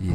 以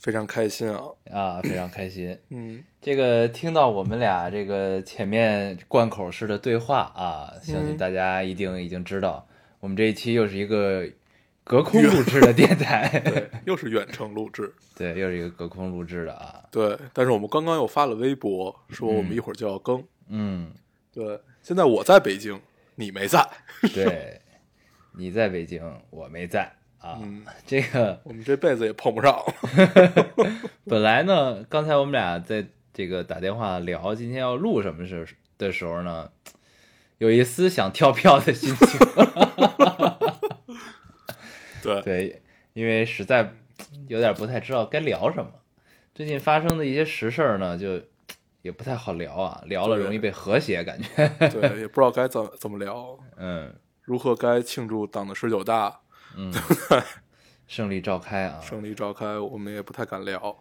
非常开心啊。啊，非常开心。嗯，这个听到我们俩这个前面贯口式的对话啊，相信大家一定已经知道，我们这一期又是一个隔空录制的电 台，对，又是远程录制。对，又是一个隔空录制的啊，对，但是我们刚刚又发了微博，说我们一会儿就要更。嗯，对，现在我在北京，你没在。对，你在北京，我没在啊，嗯，这个我们这辈子也碰不上。本来呢，刚才我们俩在这个打电话聊今天要录什么事的时候呢，有一丝想跳票的心 情。对，对，因为实在有点不太知道该聊什么。最近发生的一些实事儿呢，就也不太好聊啊，聊了对容易被和谐，感觉。对，也不知道该怎怎么聊， 嗯如何该庆祝党的十九大嗯，胜利召开啊，胜利召开，我们也不太敢聊，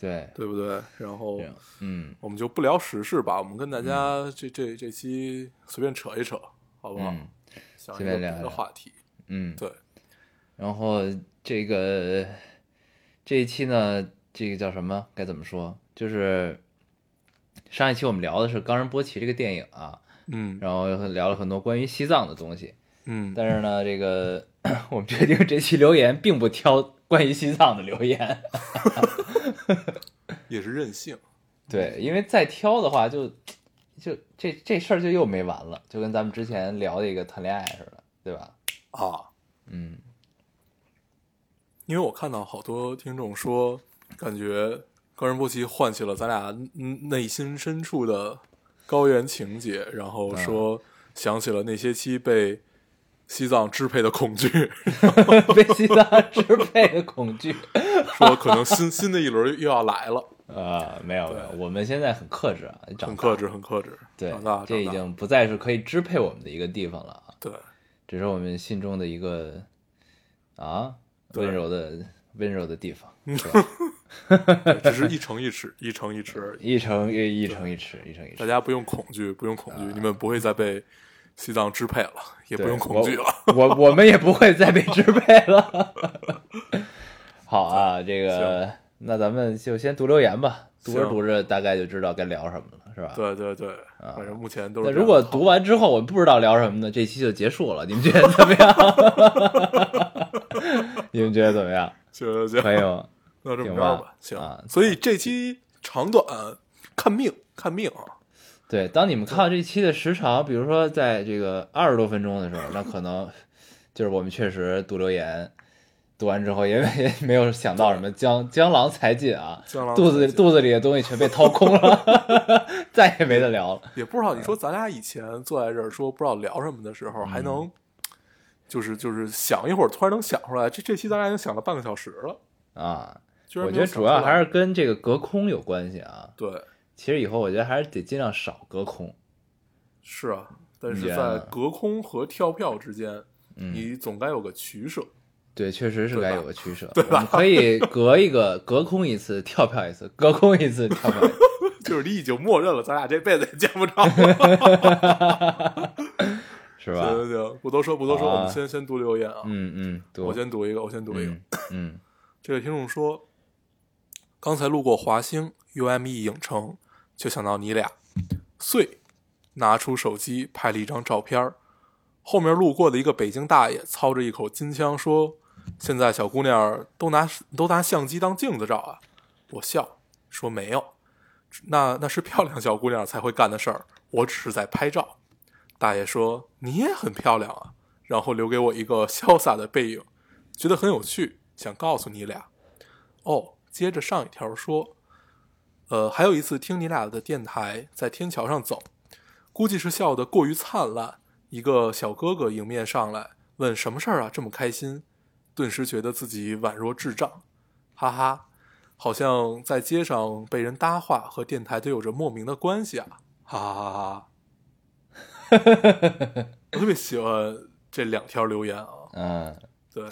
对，对不对？然后这样嗯我们就不聊时事吧，我们跟大家这这这期随便扯一扯，好不好？嗯想随一便个聊别一的聊话题。嗯，对，然后这个这一期呢，这个叫什么？该怎么说？就是上一期我们聊的是《冈仁波齐》这个电影啊，嗯然后聊了很多关于西藏的东西。嗯，但是呢，这个 我们决定这期留言并不挑关于西藏的留言， 也是任性。对，因为再挑的话就就这这事儿就又没完了，就跟咱们之前聊的一个谈恋爱似的，对吧？啊，嗯， 因为我看到好多听众说，感觉冈仁波齐唤起了咱俩嗯内心深处的高原情结，然后说啊想起了那些期被西藏支配的恐惧， 被西藏支配的恐惧说可能新新的一轮又要来了， 啊、没有没有，对我们现在很克制啊，长很大克制，很克制，对长大，，这已长大经不再是可以支配我们的一个地方了啊，对只是我们心中的一个啊对温柔的温柔的地方，对，只是一城一尺， 一城一尺而 已，一城一一城一池，一城一池大。家不用恐惧，不用恐惧，你们不会再被西藏支配了，也不啊对用恐惧啊了，我我们也不会再被支配了。 好啊，这个那咱们就先读留言吧，读着行读着大概就知道该聊什么了，是吧？。对对对，反正目前都是啊那这样如果的读完之后我不知道聊什么呢，这期就结束了，你们觉得怎么样？ 你们觉得怎么 样？行行行可以吗？那这么行着吧吧，行。啊所以这期长短看命，看命啊。对，当你们看到这期的时长，比如说在这个二十多分钟的时候，那可能就是我们确实读留言，读完之后也没 也没有想到什么江江郎才尽啊，江郎才肚子尽肚子里的东西全被掏空了， 再也没得聊了。也不知道你嗯说咱俩以前坐在这儿说不知道聊什么的时候，还能就是就是想一会儿，突然能想出来。这这期咱俩已经想了半个小时了，啊，居然我没觉得有想主要出还来是跟这个隔空有关系啊。对，其实以后我觉得还是得尽量少隔空。是啊。但是你啊在隔空和跳票之间，嗯，你总该有个取舍。 对，确实是对该吧有个取舍。对我们吧可以隔一个隔空一次跳票一次，隔空一次跳票一次。 就是你已经默认了，咱俩这辈子也见不着了。是吧？ 行行行，不多说不多说，好啊我们先先读留言啊。嗯嗯，对，我先读一个，我先读一个。嗯嗯这位听众说，刚才路过华星 UME E 影城，就想到你俩，遂拿出手机拍了一张照片儿后面路过的一个北京大爷操着一口金枪说：“现在小姑娘都拿都拿相机当镜子照啊！”我笑说：“没有，那那是漂亮小姑娘才会干的事儿，我只是在拍照。”大爷说：“你也很漂亮啊！”然后留给我一个潇洒的背影，觉得很有趣，想告诉你俩。哦，接着上一条说，呃，还有一次听你俩的电台，在天桥上走，估计是笑得过于灿烂，一个小哥哥迎面上来问什么事儿啊，这么开心，顿时觉得自己宛若智障，哈哈。好像在街上被人搭话和电台都有着莫名的关系啊！哈哈哈哈！我特别喜欢这两条留言啊，嗯，对，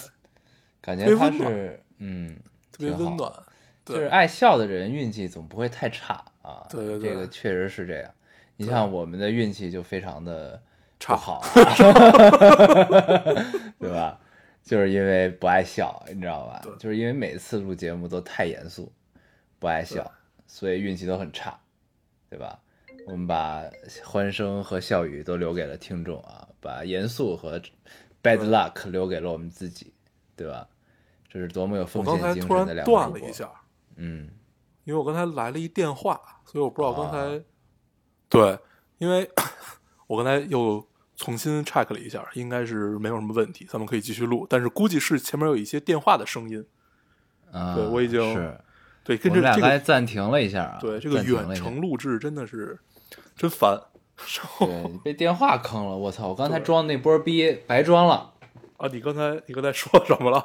感特觉别他温暖是嗯，特别挺好温暖。对，就是哎爱笑的人运气总不会太差啊。对对对这个确实是这样。你对像我们的运气就非常的差不好、啊， 对吧？就是因为不爱笑，你知道吧对？就是因为每次录节目都太严肃，不爱笑，所以运气都很差，对吧？我们把欢声和笑语都留给了听众啊，把严肃和 bad luck 留给了我们自己，对吧？这是多么有我奉刚献才精突神的两个然主断播了。一下，嗯，因为我刚才来了一电话，所以我不知道刚才、啊对，因为我刚才又重新 check 了一下，应该是没有什么问题，咱们可以继续录。但是估计是前面有一些电话的声音，啊，对我已经是，对，跟我们这俩这刚才个暂停了一下啊，对这个暂停了远一下程录制真的是真烦， 然后对 被电话坑了，我操！我刚才对装那波逼白装了。啊，你刚才你刚才说什么了？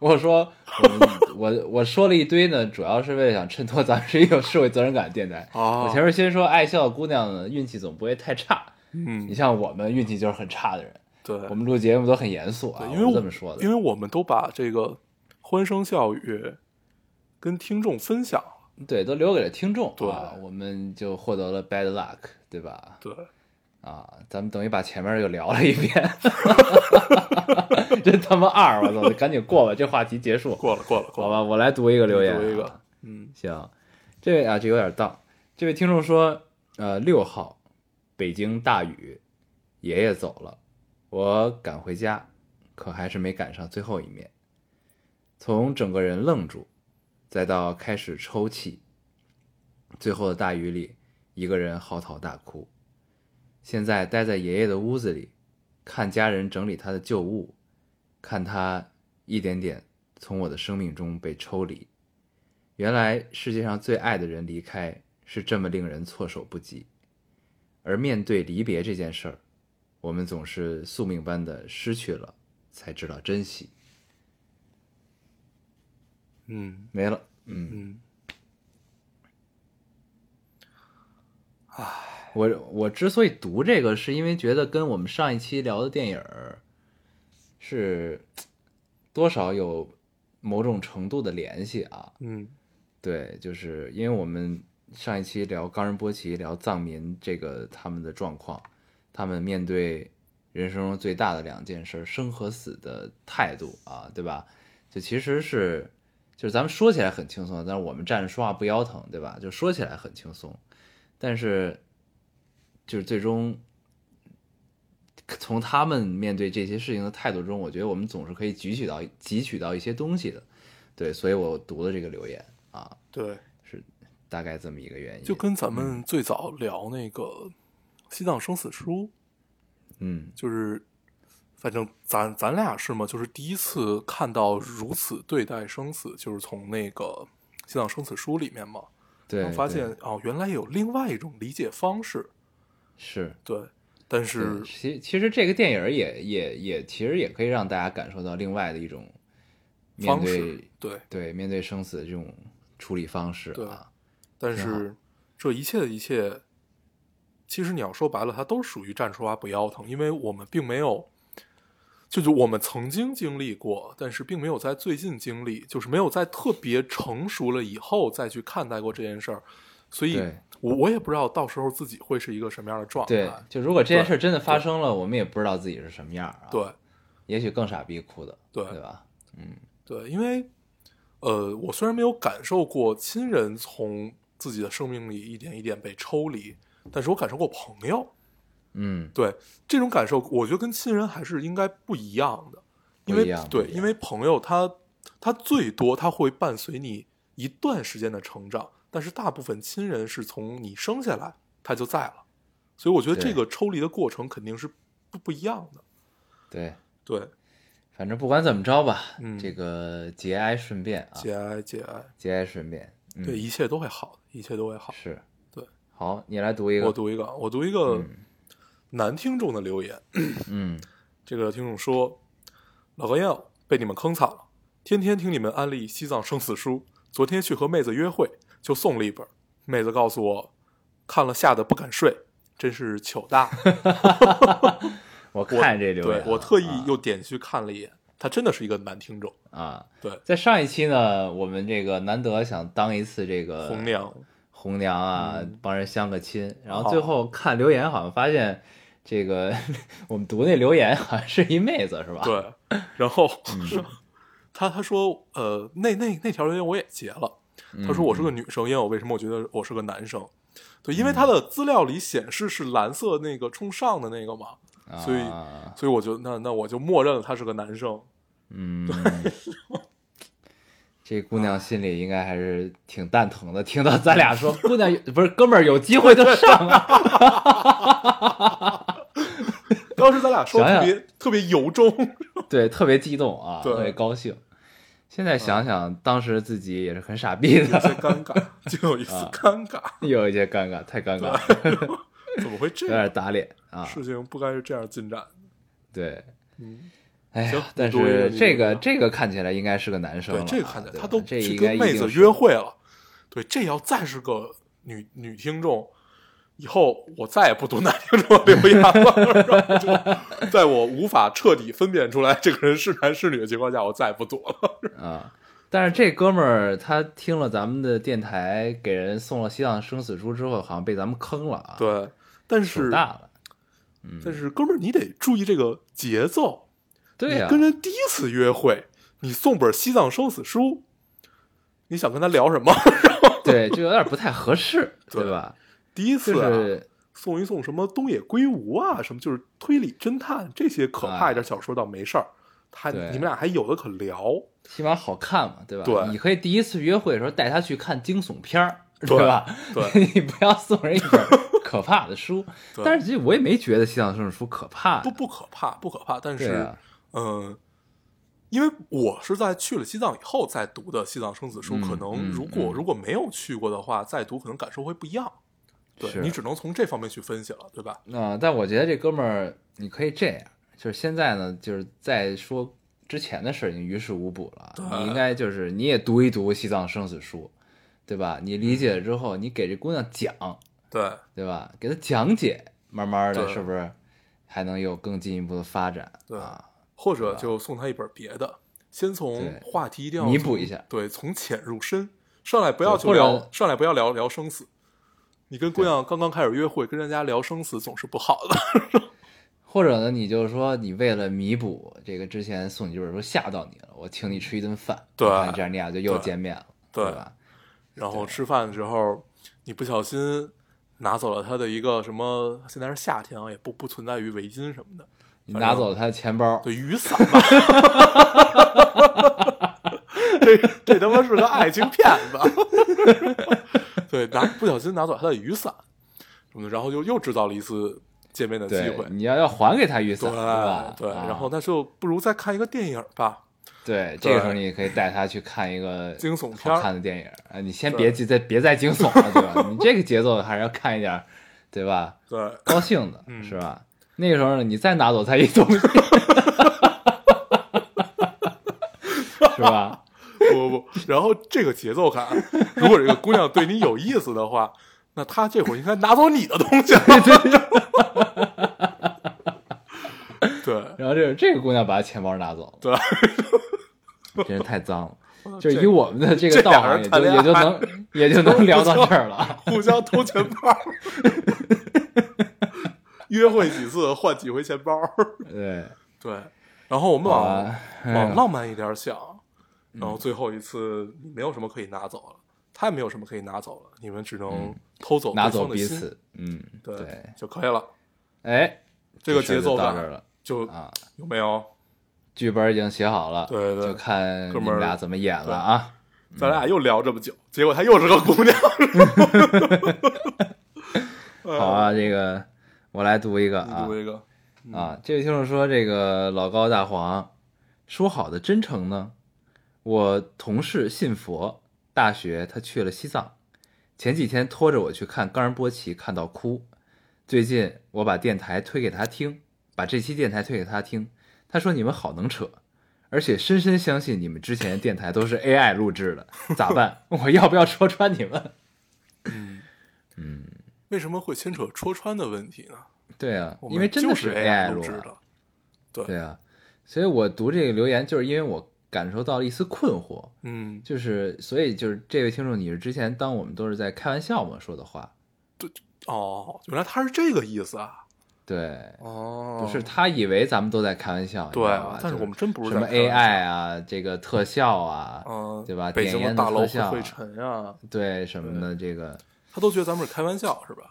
我说，我们 我我说了一堆呢，主要是为了想衬托咱们是一个社会责任感的电台。哦 我前面先说爱笑的姑娘呢，运气总不会太差。你嗯，像我们运气就是很差的人，对，我们录节目都很严肃啊，对，因为我我是这么说的。因为我们都把这个欢声笑语跟听众分享了，对，都留给了听众，对啊，我们就获得了 bad luck，对吧？对，啊，咱们等于把前面又聊了一遍， 真他妈二，我操！赶紧过吧，这话题结束。过了过了过好了，吧，我来读一个留言、啊读一个，，嗯，行，这位啊，这有点荡。这位听众说，呃，六号，北京大雨，爷爷走了，我赶回家，可还是没赶上最后一面。从整个人愣住，再到开始抽泣，最后的大雨里，一个人嚎啕大哭。现在待在爷爷的屋子里，看家人整理他的旧物，看他一点点从我的生命中被抽离。原来世界上最爱的人离开是这么令人措手不及，而面对离别这件事儿，我们总是宿命般的失去了，才知道珍惜。嗯没了，嗯，嗯，我我之所以读这个，是因为觉得跟我们上一期聊的电影儿是多少有某种程度的联系啊。嗯对，就是因为我们上一期聊冈仁波齐，聊藏民这个他们的状况，他们面对人生中最大的两件事，生和死的态度啊，对吧？就其实是，就是咱们说起来很轻松，但是我们站着说话不腰疼，对吧？就说起来很轻松，但是就是最终从他们面对这些事情的态度中，我觉得我们总是可以汲取到汲取到一些东西的。对，所以我读了这个留言啊，对，是大概这么一个原因。就跟咱们最早聊那个《西藏生死书》，嗯，就是反正咱咱俩是吗？就是第一次看到如此对待生死，就是从那个《西藏生死书》里面嘛，对，然后发对现哦，原来有另外一种理解方式，是对，但对是其其实这个电影儿也也也其实也可以让大家感受到另外的一种面方式对对，对面对生死的这种处理方式对啊，但挺好是这一切的一切，其实你要说白了，它都属于站着说话不腰疼，因为我们并没有，就是我们曾经经历过，但是并没有在最近经历，就是没有在特别成熟了以后再去看待过这件事儿，所以对我我也不知道到时候自己会是一个什么样的状对态，。就如果这件对事儿真的发生了，我们也不知道自己是什么样儿啊，对，也许更傻逼哭的，对对吧？对，因为呃，我虽然没有感受过亲人从自己的生命里一点一点被抽离，但是我感受过朋友。嗯，对这种感受，我觉得跟亲人还是应该不一样的，因不一为样对不，一样因为朋友他他最多他会伴随你一段时间的成长，但是大部分亲人是从你生下来他就在了，所以我觉得对这个抽离的过程肯定是不不一样的。对，对，反正不管怎么着吧，嗯这个节哀顺变啊，节哀节哀，节哀顺变，嗯、对，一切都会好的，一切都会好。是，对。好，你来读一个，我，读一个，我读一个男听众的留言。嗯，这个听众说：“老高要被你们坑惨了，天天听你们安利《西藏生死书》，昨天去和妹子约会，就送了一本。妹子告诉我，看了吓得不敢睡，真是糗 大。我我看这留言对了，我特意啊又点去看了一眼，他真的是一个男听众，啊，对，在上一期呢，我们这个难得想当一次这个红娘。红娘啊，嗯帮人相个亲，然后最后看留言，好像发现这个 我们读那留言好像是一妹子是吧？，对，啊然后嗯他他说呃，那那那条留言我也截了，嗯他说我是个女生，因为我为什么我觉得我是个男生？对，嗯因为他的资料里显示是蓝色那个冲上的那个嘛，啊，所以所以我就那那我就默认了他是个男生。嗯，这姑娘心里应该还是挺蛋疼的。听到咱俩 说姑娘有不是哥们儿有机会就上啊，当时咱俩说想特想别特别由 衷，对，特别激动啊，对嗯特别高兴。现在想想，当时自己也是很傻逼有一些的，尴尬，就有一丝啊尴尬， 有一些尴尬，太尴尬了，怎么会有这样？点打脸啊。事情不该是这样进展。对，嗯，哎行呀，但你读一个是你这读一个个这个看起来应该是个男生对了，啊，这个看起来对他吧都这去应该跟一妹定子是约会了。对，这要再是个女女听众，以后我再也不读男听众留言了。 然后就在我无法彻底分辨出来这个人是男是女的情况下，我再也不读了。啊。但是这哥们儿他听了咱们的电台，给人送了《西藏生死书》之后，好像被咱们坑了啊，，对，但手是大嗯了，但是哥们儿，你得注意这个节奏。对呀、你跟人第一次约会，你送本《西藏生死书》，你想跟他聊什么？ 对，就有点不太合适，对吧？第一就次、啊是送一送什么东野圭吾啊，什么就是推理侦探这些可怕一点小说倒没事儿，他对你们俩还有的可聊。起码好看嘛，对吧？对你可以第一次约会的时候带他去看惊悚片儿，对吧？对 你不要送人一 本可怕的书。对但是其实我也没觉得《西藏生死书》可怕不呀，不可怕，不可怕，但是对嗯、啊，因为我是在去了西藏以后再读的《西藏生死书》，嗯可能嗯如嗯果、如果没有去过的话，再读可能感受会不一样。对是你只能从这方面去分析了，对吧？啊、但我觉得这哥们儿，你可以这样，就是现在呢，就是在说之前的事儿已经于事无补了。对你应该就是你也读一读《西藏生死书》，对吧？嗯你理解了之后，你给这姑娘讲，对对吧？给她讲解，慢慢的对是不是还能有更进一步的发展？对啊，或者就送他一本别的，先从对话题一定要弥补一下对，从浅入深，上来不要对去或者聊，上来不要聊聊生死。你跟姑娘刚刚开始约会，跟人家聊生死总是不好 的。或者呢，你就是说你为了弥补这个之前送你这本书吓到你了，我请你吃一顿饭，对你看这样你俩就又对见面了，对吧？然后吃饭的时候，你不小心拿走了他的一个什么，现在是夏天啊，也不不存在于围巾什么的，你反拿正走了她的钱包，对雨伞吧。这这他妈是个爱情骗子。 对，拿不小心拿走他的雨伞什么的，然后就又制造了一次见面的机对会。你要要还给他预对算，吧？对，啊然后那就不如再看一个电影吧。对，这对个时候你可以带他去看一个 惊悚片儿好看的电影啊！你先对别急，再别再惊悚了，对吧？你这个节奏还是要看一点儿，对吧？对，高兴的嗯是吧？那个时候呢，你再拿走他一东 西，是吧？不不不，然后这个节奏感，如果这个姑娘对你有意思的话，那她这会儿应该拿走你的东西了。 对然后这个这个姑娘把他钱包拿走对，了，真是太脏 了。就这是以我们的这这个道俩行，人也就谈也恋就爱 能也就能聊到这儿了。互相偷钱 包，约会几次换几回钱包。对，啊嗯对，然后我们好往、吧往浪漫一点想，然嗯后最后一次你没有什么可以拿走了，他也没有什么可以拿走了，你们只能偷走嗯拿对走方的彼心，此，嗯，对对，就可以了。哎，这个事儿节就奏到感这儿了就啊，有没有？剧本已经写好了，对对就看哥你们儿们俩怎么演了啊。咱俩又聊这么久，结果她又是个姑娘。好啊，这个我来读一个嗯你啊读一个，啊，这位听众说，这个老高大黄说好的真诚呢？我同事信佛，大学他去了西藏，前几天拖着我去看冈仁波齐，看到哭。最近我把电台推给他听，把这期电台推给他听，他说你们好能扯，而且深深相信你们之前的电台都是 AI 录制的，咋办？ 我要不要戳穿你们？ 嗯嗯为什么会牵扯戳穿的问题呢？对啊我，们因为真就的是 AI 录录制的，的，对啊，所以我读这个留言，就是因为我感受到了一丝困惑，嗯，就是所以就是这位听众，你是之前当我们都是在开玩笑嘛说的话，哦，原来他是这个意思啊，对，哦，不是他以为咱们都在开玩笑，你知对道吧啊，？但是就我们真不是什么在开玩笑 AI 啊，这个特效啊，嗯，对吧北京点烟的的大楼特效会沉 啊，对什么的，这个他都觉得咱们是开玩笑是吧？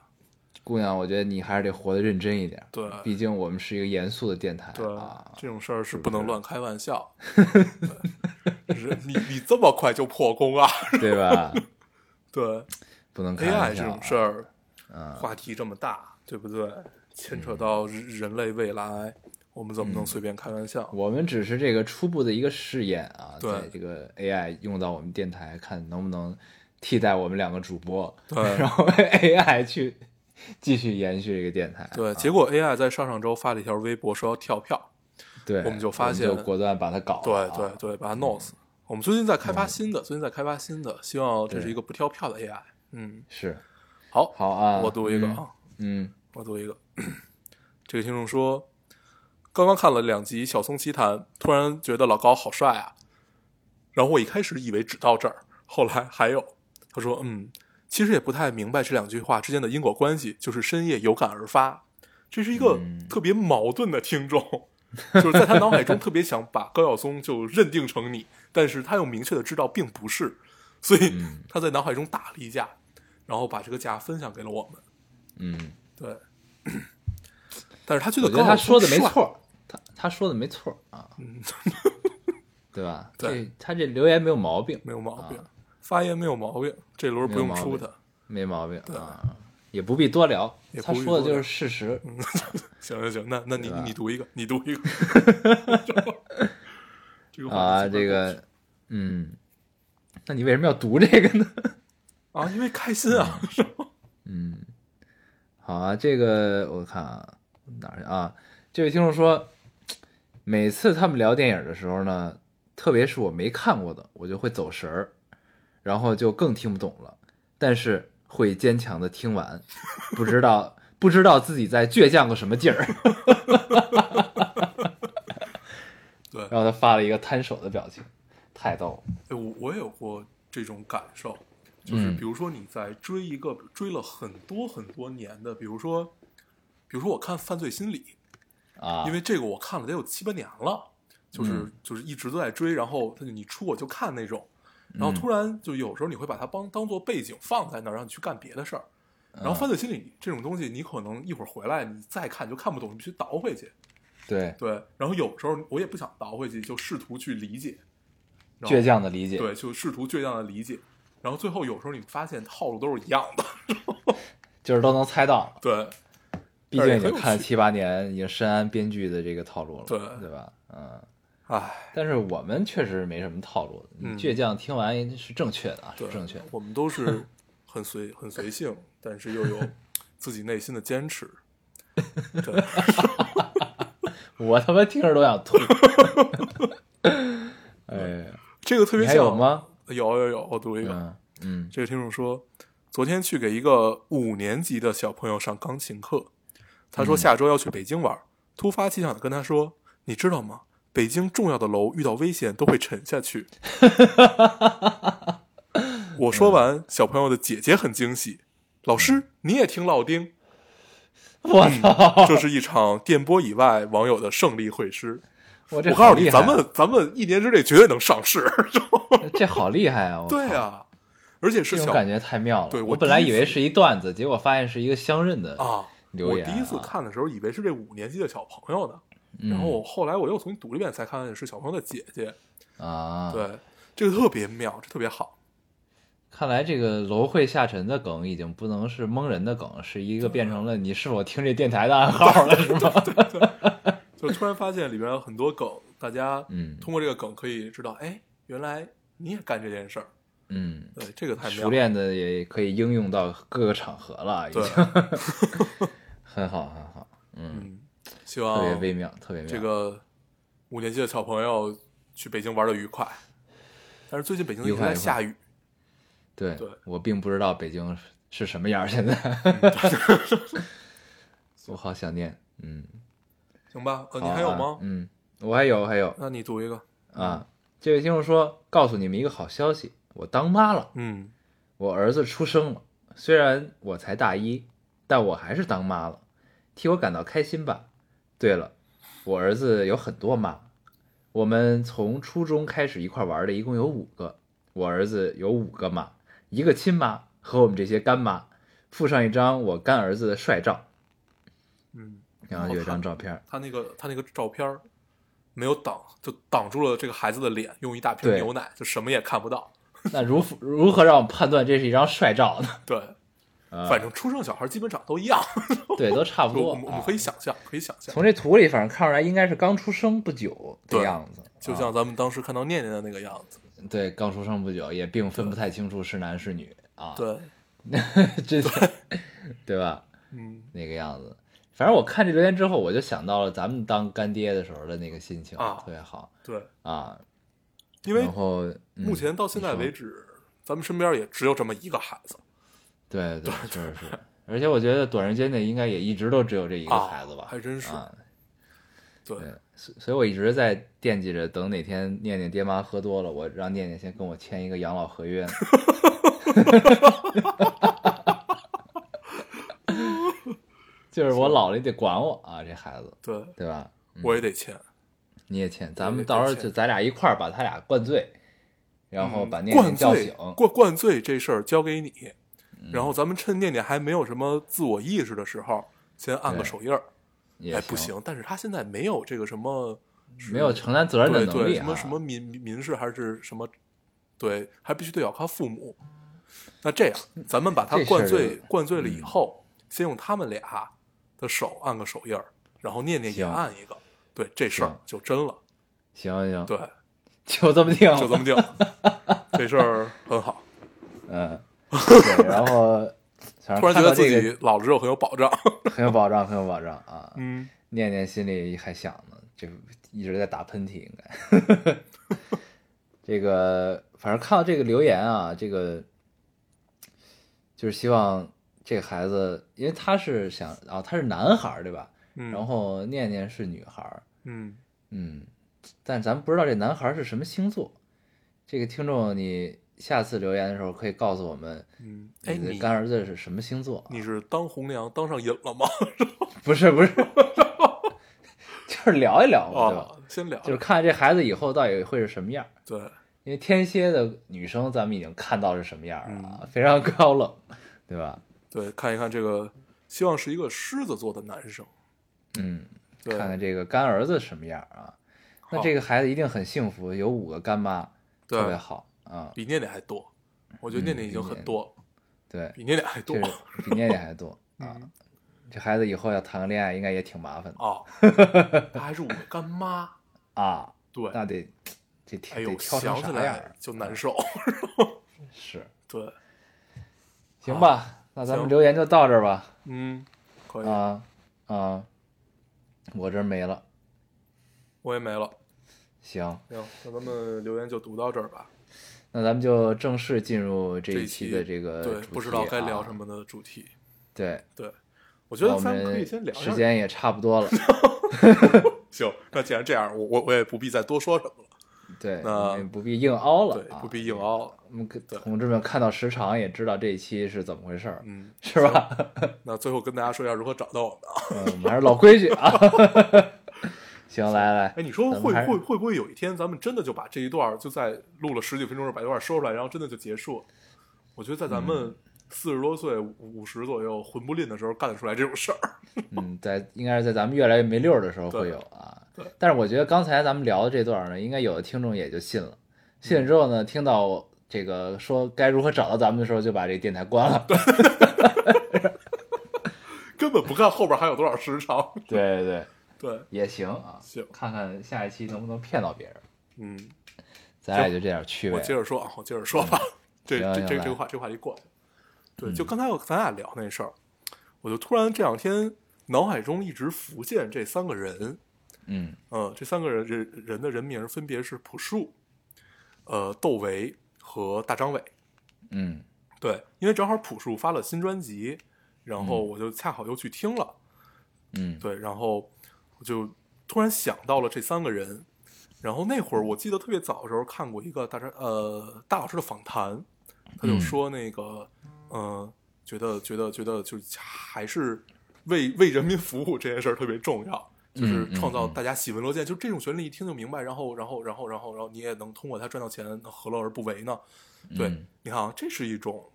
姑娘，我觉得你还是得活得认真一点，对毕竟我们是一个严肃的电台对， 啊，这种事儿是不能乱开 玩笑。对是你你这么快就破功啊？ 对吧？对不能开，AI 玩这笑啊，种事儿，嗯话题这么大，对不对？牵扯到人人类未来，我们怎嗯么能随便开玩笑？我们只是这个初步的一个试验啊，对在这个 AI 用到我们电台，看能不能替代我们两个主播， 然对后 AI 去 继续延续这个电台啊。对，结果 AI 在上上周发了一条微博说要跳票，对，我们就发现我们就果断把它搞了对啊。对对，把它弄死。我们最近在开发新的，最近在开发新的，希望这是一个不跳票的 AI。嗯，是好，好啊。我读一个嗯啊。嗯，我读一个， 这个听众说，刚刚看了两集《小松奇谈》，突然觉得老高好帅啊。然后我一开始以为只到这儿，后来还有，他说，嗯，其实也不太明白这两句话之间的因果关系，就是深夜有感而发。这是一个嗯特别矛盾的听众，就是在他脑海中特别想把高晓松就认定成你，但是他又明确的知道并不是，所以嗯他在脑海中打了一架，然后把这个架分享给了我们。嗯，对， 但是他觉我得觉得高晓他松说的没帅，错儿，他他说的没错儿啊，嗯，对吧？ 对这，他这留言没有毛病，没有毛病，发言没有毛病，这轮不用出他。啊没毛病啊，也不必多聊也，不他必说的多就聊是事实。嗯 行行行，那那你对吧你读一个，你读一个。 这个话啊，这题怎么过去个，嗯，那你为什么要读这个呢？ 啊，因为开心啊，是吧嗯，好啊，这个我看啊，哪儿去啊？这位听众说，每次他们聊电影的时候呢，特别是我没看过的，我就会走神儿，然后就更听不懂了，但是会坚强的听完，不知道不知道自己在倔强个什么劲儿。对 然后他发了一个摊手的表情，太逗了。 哎我我也有过这种感受，就是嗯比如说你在追一个追了很多很多年的，比如说，比如说我看《犯罪心理》，啊，因为这个我看了得有七八年了，就是、嗯就是一直都在追，然后他就你出我就看那种，然后嗯突然就有时候你会把它帮当做背景放在那儿，让你去干别的事儿。嗯然后犯罪心理这种东西，你可能一会儿回来你再看就看不懂，你必须倒回去。对对，然后有时候我也不想倒回去，就试图去理解，然后倔强的理解，对，就试图倔强的理解。然后最后有时候你发现套路都是一样的，就是都能猜到了。对毕但竟是也已经很有看了趣七八年，已经深谙编剧的这个套路了，对对吧？嗯，唉，但是我们确实没什么套路，嗯你倔强听完是正确的啊，是对，正确的。我们都是很随 很随性，但是又有自己内心的坚持。对，我他妈听着都想吐。哎， 这个特你别还像有？吗？有有有，我读一个。嗯嗯这个听众说，昨天去给一个五年级的小朋友上钢琴课，他嗯说下周要去北京玩，突发奇想的跟他说：“你知道吗？北京重要的楼遇到危险都会沉下去。” 我嗯说完，小朋友的姐姐很惊喜，老师你也听老丁。嗯我 操，这是一场电波以外网友的胜利会师。我这我告好诉你，厉害咱啊，们咱们一年之内绝对能上市。这 好厉害啊！我 对操，啊，而且是这种小感觉太妙了。对我我本来第一以为次是一段子，结果发现是一个相认的啊！留言啊。我第一次看的时候，以为是这五年级的小朋友呢，嗯，然后我后来我又重新读了一遍，才看见是小朋友的姐姐。啊，对，这个特别妙，这特别好。看来这个楼会下沉的梗已经不能是蒙人的梗，是一啊个变成了你是否听这电台的暗号了，是吗？就突然发现里面有很多梗，大家嗯通过这个梗可以知道，哎，原来你也干这件事儿。嗯，对，这个太妙熟了。练的也可以应用到各个场合了，已经对，很好很好，嗯，嗯，希特别望啊微妙，特别妙。这个五年级的小朋友去北京玩的愉快。但是最近北京愉一直快在愉快下雨，对对我并不知道北京是什么样儿，现 在，我好想念。嗯，行吧？呃，好你还有啊吗？嗯嗯，我还有，我还有那你读一个。啊。这位听众说，告诉你们一个好消息，我当妈了，嗯，我儿子出生了。虽然我才大一，但我还是当妈了，替我感到开心吧。对了，我儿子有很多妈，我们从初中开始一块玩的，一共有五个。我儿子有五个妈，一个亲妈和我们这些干妈。附上一张我干儿子的帅照，嗯，然后有一张照片儿，他那个他那个照片儿没有挡，就挡住了这个孩子的脸，用一大瓶对牛奶，就什么也看不到。那如如何让我判断这是一张帅照呢？ 对，啊 反正出生小孩基本长都一样，对，都差不我多们我们啊可。以想象，可以想象，从这图里，反正看出来应该是刚出生不久的对样子，就啊像咱们当时看到念念的那个样子。对刚出生不久，也并分不太清楚是男是女啊。，对，这对 对吧？嗯那个样子。反正我看这留言之后，我就想到了咱们当干爹的时候的那个心情，啊特别好对，啊。因为然后嗯目前到现在为止，止，咱们身边也只有这么一个孩子。对对，确实是。而且我觉得短时间内应该也一直都只有这一个啊孩子吧，还真是啊对，对所所以我一直在惦记着，等哪天念念爹妈喝多了，我让念念先跟我签一个养老合约呢。 就是我老了也得管我啊，这孩子，对，对吧？我也得签，你也签，我咱也们得到时候签就咱俩一块儿把他俩灌醉，然后嗯把念念灌叫醉醒。嗯灌灌醉这事儿交给你，然后咱们趁念念还没有什么自我意识的时候，先按个对手印儿。也哎，不，行，但是他现在没有这个什么是，没有承担责任的对能对力什啊。么什么民民事还是什么，对，还必须得要靠父母。那这样，咱们把他嗯这事儿灌醉就嗯灌醉了以后，先用他们俩的手按个手印儿，然后念念也行按一个，对，这事儿行就真了。行行， 对，就这么定，就这么定，这事儿很好。 嗯。对，然后反正突然觉看得到自这个己老了之后很有保障。很有保障，很有保障啊！嗯，念念心里还想呢，这一直在打喷嚏，应该。这个反正看到这个留言啊，这个就是希望这个孩子，因为他是想啊，他是男孩儿对吧？嗯然后念念是女孩儿，嗯，嗯，但咱不知道这男孩儿是什么星座。这个听众，你下次留言的时候可以告诉我们，嗯，哎，你的你干儿子是什么星座啊？你是当红娘当上瘾了吗？不是不是， 就是聊一聊嘛，对吧？啊，先聊，就是看这孩子以后到底会是什么样儿。对，因为天蝎的女生咱们已经看到是什么样儿了啊，嗯非常高冷，对吧？对，看一看这个，希望是一个狮子座的男生。嗯，对，看看这个干儿子什么样儿啊？那好这个孩子一定很幸福，有五个干妈，对特别好啊、比念念还多，我觉得念念已经很多，对，比念念还多嗯就是比念念还 多啊。这孩子以后要谈个恋爱，应该也挺麻烦的啊。她还是我干妈，啊。对，那得这哎挑呦得，挑想成起啥样来儿？就难受。 是，对，行好吧，那咱们啊行留言就到这儿吧。嗯，可以，啊啊，我这儿没了。我也没了。行，行，那咱们留言就读到这儿吧。那咱们就正式进入这这一期的这个对呃主，题不知道该聊啊什。么的主题。对，对，我觉那得我咱们可以们先聊一时下。间也差不 多了。行，那既然这样，我我我也不必再多说什么了。对，那我们也不必硬凹了对，啊，不必硬。凹。我们跟同志们看到时长也知道这一期是怎么回事儿，嗯，是吧？那最后跟大家说一下如何找到我们啊。嗯，我们还是老规矩 啊。行，来来哎，，你说咱们会还是会会不会有一天，咱们真的就把这一段儿就在录了十几分钟时候把这段儿说出来，然后真的就结束？我觉得在咱嗯们四十多岁、五十左右混不吝的时候干得出来这种事儿。 嗯，在应该是在咱们越来越没溜儿的时候对会有啊对。但是我觉得刚才咱们聊的这段呢，应该有的听众也就信了。嗯信了之后呢，听到这个说该如何找到咱们的时候，就把这电台关了。根本不看后边还有多少时长。对对对，对，也行啊。行看看下一期能不能骗到别人。嗯，咱俩就这点趣我味接。着说啊，我接着说吧。这嗯行行这这来嗯这个话这个话题过去。对，就刚才我咱俩聊那事儿，我就突然这两天脑海中一直浮现这三个人，嗯呃，这三个人人人的人名分别是朴树、呃窦唯和大张伟。嗯对，因为正好朴树发了新专辑，然后我就恰好又去听了，嗯对，然后我就突然想到了这三个人。然后那会儿我记得特别早的时候看过一个大张呃大老师的访谈，他就嗯说那个呃觉得觉得觉得就是还是为为人民服务这件事儿特别重要，就是嗯嗯创造嗯大家喜闻乐见，就这种旋律一听就明白，然后然后然后然后然后你也能通过它赚到钱，那何乐而不为呢？对，嗯你看啊，这是一种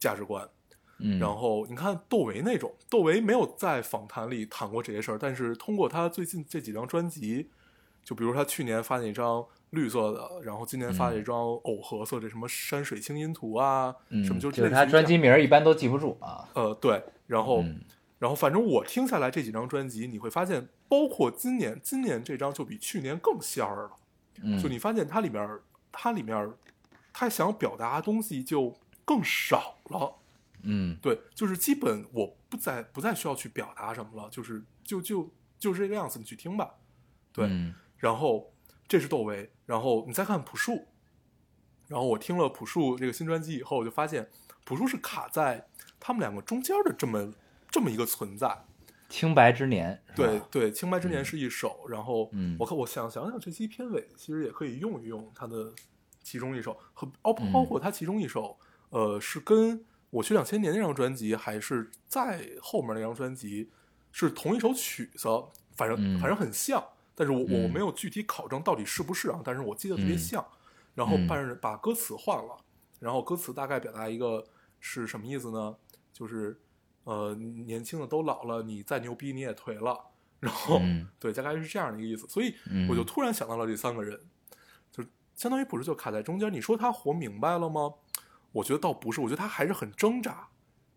价值观。嗯，然后你看窦唯那种，窦唯没有在访谈里谈过这些事儿，但是通过他最近这几张专辑，就比如他去年发那张绿色的，然后今年发了一张藕荷色的什么山水清音图啊，嗯什么就是类似于他专这辑样名儿一般都记不住啊。呃对，然后、嗯然后反正我听下来这几张专辑，你会发现，包括今年今年这张就比去年更仙儿了，嗯，就你发现它里面它里面他想表达的东西就更少了。嗯对，就是基本我不再不再需要去表达什么了，就是就就就是这个样子，你去听吧。对，嗯然后这是窦唯，然后你再看朴树，然后我听了朴树这个新专辑以后，我就发现朴树是卡在他们两个中间的这么这么一个存在。清白之年是吧对对，《清白之年》是一首，然后嗯我看我想想想，这期片尾其实也可以用一用它的其中一首，和包嗯包括它其中一首，呃，是跟我去两千年那张专辑，还是在后面那张专辑，是同一首曲子，反正、嗯反正很像，但是我我嗯没有具体考证到底是不是啊，但是我记得特别嗯像，然后嗯但是把歌词换了，然后歌词大概表达一个是什么意思呢？就是呃，年轻的都老了，你再牛逼你也颓了。然后、嗯对，大概是这样的一个意思。所以嗯哦我就突然想到了这三个人，就是相当于朴树就卡在中间。你说他活明白了吗？我觉得倒不是，我觉得他还是很挣扎。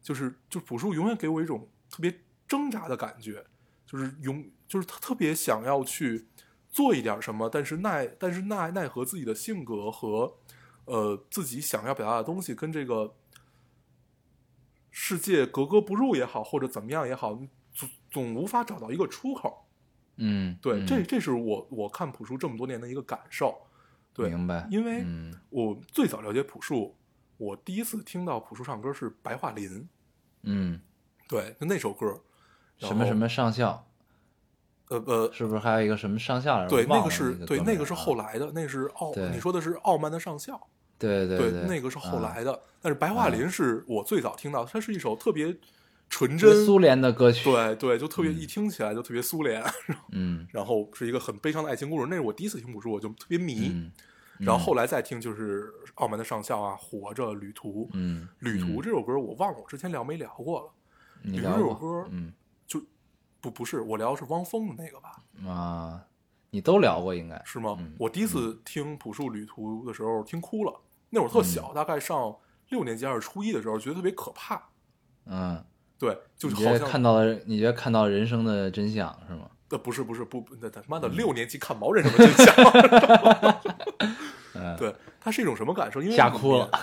就是就朴树永远给我一种特别挣扎的感觉，就是永就是他特别想要去做一点什么，但是奈但是奈奈何自己的性格和呃自己想要表达的东西跟这个世界格格不入也好，或者怎么样也好，总总无法找到一个出口。嗯对，嗯这这是我我看朴树这么多年的一个感受。对，明白，因为嗯我最早了解朴树，我第一次听到朴树唱歌是《白桦林》，嗯对，就那首歌。然什么后什么上校，呃呃，是不是还有一个什么上校来着？对，忘那了个是对，哥们儿那个是啊后来的，那是傲，对你说的是傲慢的上校，对对嗯对，那个是后啊来的。但是白桦林是我最早听到的，它是一首特别纯这真是，苏联的歌曲，，对对，就特别嗯一听起来就特别苏联，嗯然后是一个很悲伤的爱情故事。那是我第一次听朴树，我就特别迷。嗯然后后来再听就是《傲慢的上校》啊，《活着》《旅途》。嗯，旅嗯途这首歌我忘了我之前聊没聊过了，你旅聊途这首过歌嗯就不不是我聊的是汪峰的那个吧？啊，你都聊过应该，是吗嗯？我第一次听朴树《旅途》的时候听哭了，那会儿特嗯小，大概上六年级还是初一的时候，觉得特别可怕。嗯，对，就你是觉好得看像到了，你觉得看到人生的真相是吗？呃不是不是不不那他妈的六年级看毛人什么真相？ 嗯，对，它是一种什么感受？因为吓里面哭了，嗯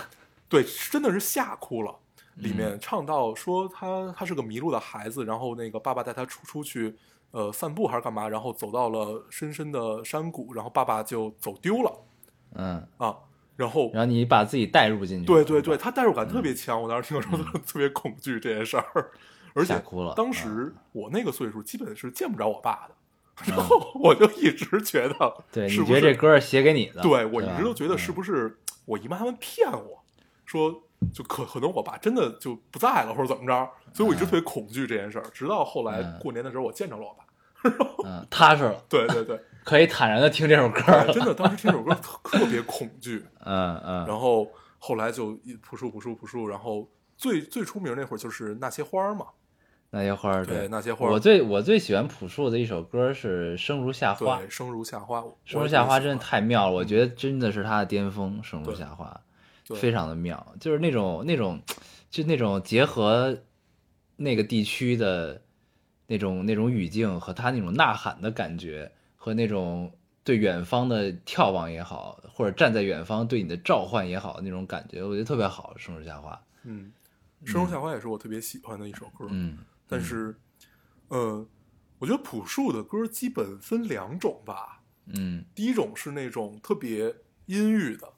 对，真的是吓哭了。里面唱到说他他是个迷路的孩子，然后那个爸爸带他出出去，呃，散步还是干嘛，然后走到了深深的山谷，然后爸爸就走丢了嗯，啊，然后然后你把自己带入进去，对对对，他代入感特嗯别强，我当时听的时候特特别恐惧这件事儿，而吓且哭了嗯当时我那个岁数基本是见不着我爸的，然后我就一直觉得，嗯 对，是你不觉得这是？歌是写给你的？对我一直吧嗯都觉得是不是我姨妈他们骗我，说就可可能我爸真的就不在了或者怎么着，所以我一直特别恐惧这件事儿，直到后来嗯过年的时候我见着了我爸，嗯，踏实了，对 对对，可以坦然的听这首歌哎了。真的当时听这首歌特特别恐惧，嗯嗯然后后来就一朴树朴树朴树，然后最最出名那会儿就是那些花儿嘛，那些花儿，对那些花儿我最我最喜欢朴树的一首歌是《生如夏对，花》，《生如夏花，我生如夏花》真的的太妙了，我觉得真的是他的巅峰，《生如嗯对夏花》对非常的妙，就是那种那种就那种结合那个地区的那种那种语境和他那种呐喊的感觉和那种。对远方的眺望也好，或者站在远方对你的召唤也好，那种感觉我觉得特别好，《生如夏花》。嗯，生如夏花也是我特别喜欢的一首歌，嗯，但是，呃，我觉得朴树的歌基本分两种吧，嗯第一种是那种特别阴郁的，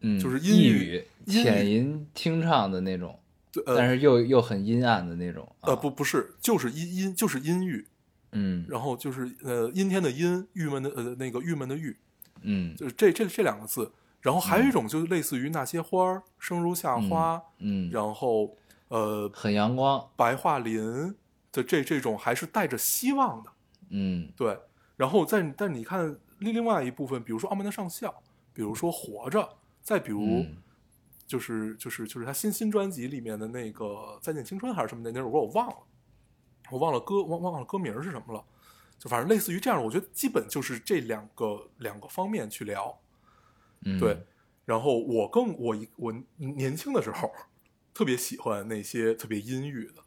嗯，就是阴抑郁郁、阴郁浅吟清唱的那种，对呃但是又又很阴暗的那种。呃啊，不不是，就是阴阴就是阴郁，嗯然后就是呃阴天的阴，郁闷的呃那个郁闷的郁，嗯就是这这这两个字。然后还有一种就是类似于那些花儿，生如夏花，嗯，然后呃很阳光，白桦林的这这种还是带着希望的，嗯对。然后在但你看另另外一部分，比如说《傲慢的上校》，比如说《活着》，再比如嗯就是就是就是他新新专辑里面的那个《再见青春》还是什么的那首歌，我忘了，我忘了歌忘忘了歌名是什么了，就反正类似于这样，我觉得基本就是这两个两个方面去聊。嗯，对，然后我更我一我年轻的时候特别喜欢那些特别阴郁的，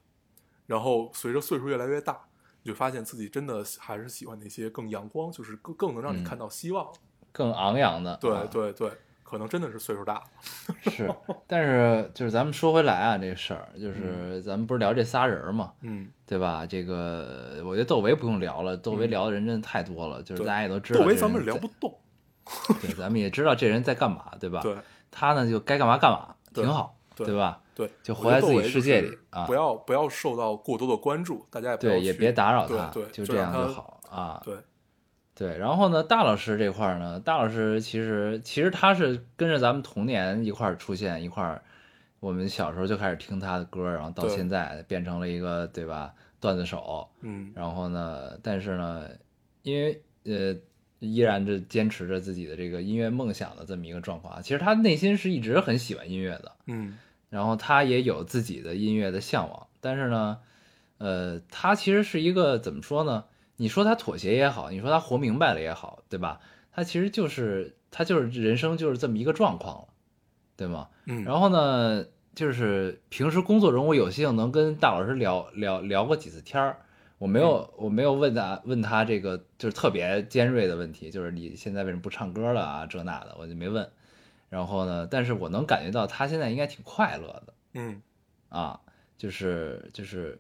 然后随着岁数越来越大，你就发现自己真的还是喜欢那些更阳光，就是更更能让你嗯看到希望。更昂扬的。对啊对对，可能真的是岁数大了。是，但是就是咱们说回来啊，这事儿就是咱们不是聊这仨人儿嘛，嗯，对吧？这个我觉得窦唯不用聊了，窦唯嗯聊的人真的太多了，就是对大家也都知道这窦人唯在。咱们聊不动。对，咱们也知道这人在干嘛，对吧？对他呢就该干嘛干嘛，对挺好，对吧？对，就我活在觉自得己窦唯世就是界里啊不要不要受到过多的关注，大家也不要对，也去别打扰对他，对，就就这样让他就。好啊。对，对，然后呢，大老师这块儿呢，大老师其实其实他是跟着咱们童年一块儿出现，一块儿我们小时候就开始听他的歌，然后到对现在变成了一个对吧段子手，嗯，然后呢，但是呢，因为呃，依然是坚持着自己的这个音乐梦想的这么一个状况啊。其实他内心是一直很喜欢音乐的，嗯，然后他也有自己的音乐的向往，但是呢，呃，他其实是一个怎么说呢？你说他妥协也好，你说他活明白了也好，对吧？他其实就是他就是人生就是这么一个状况了，对吗？嗯，然后呢，就是平时工作中我有幸能跟大老师聊聊聊过几次天儿，我没有、我没有问他问他这个就是特别尖锐的问题，就是你现在为什么不唱歌了啊这那的，我就没问。然后呢，但是我能感觉到他现在应该挺快乐的嗯啊，就是就是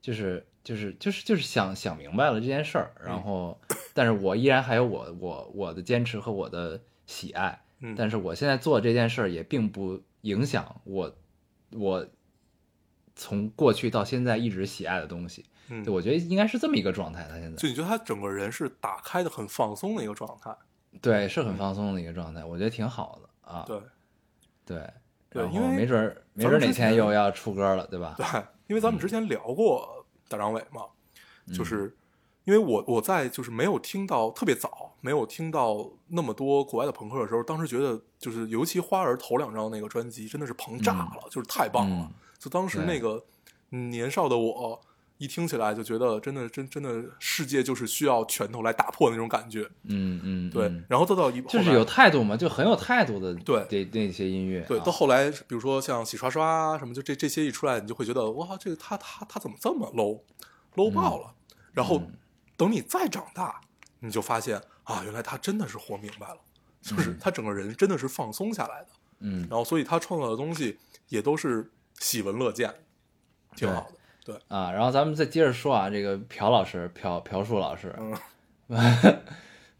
就是就是就是就是想想明白了这件事儿，然后但是我依然还有我我我的坚持和我的喜爱，嗯，但是我现在做这件事儿也并不影响我，我从过去到现在一直喜爱的东西。嗯对，我觉得应该是这么一个状态。他现在就你觉得他整个人是打开的、很放松的一个状态。对是很放松的一个状态，我觉得挺好的啊。对对对然因后为没准儿没咱准们儿哪之天前又要出歌了，对吧？对，因为嗯咱们之前聊过大张伟嘛，就是因为我我在就是没有听到特别早，没有听到那么多国外的朋克的时候，当时觉得就是尤其花儿头两张那个专辑真的是膨炸了，就是太棒了。嗯就当时对那个年少的我一听起来就觉得真的真真的世界就是需要拳头来打破那种感觉。嗯嗯，对，嗯然后再到一就是后来有态度嘛，就很有态度的。对这那些音乐啊，对，到后来，比如说像洗刷刷啊什么，就这这些一出来，你就会觉得哇，这个他他他怎么这么 low，low 嗯爆了。然后等你再长大，你就发现啊，原来他真的是活明白了，就是他整个人真的是放松下来的。嗯然后，所以他创造的东西也都是喜闻乐见，挺好的。对，啊，然后咱们再接着说啊，这个朴老师，朴朴树老师，嗯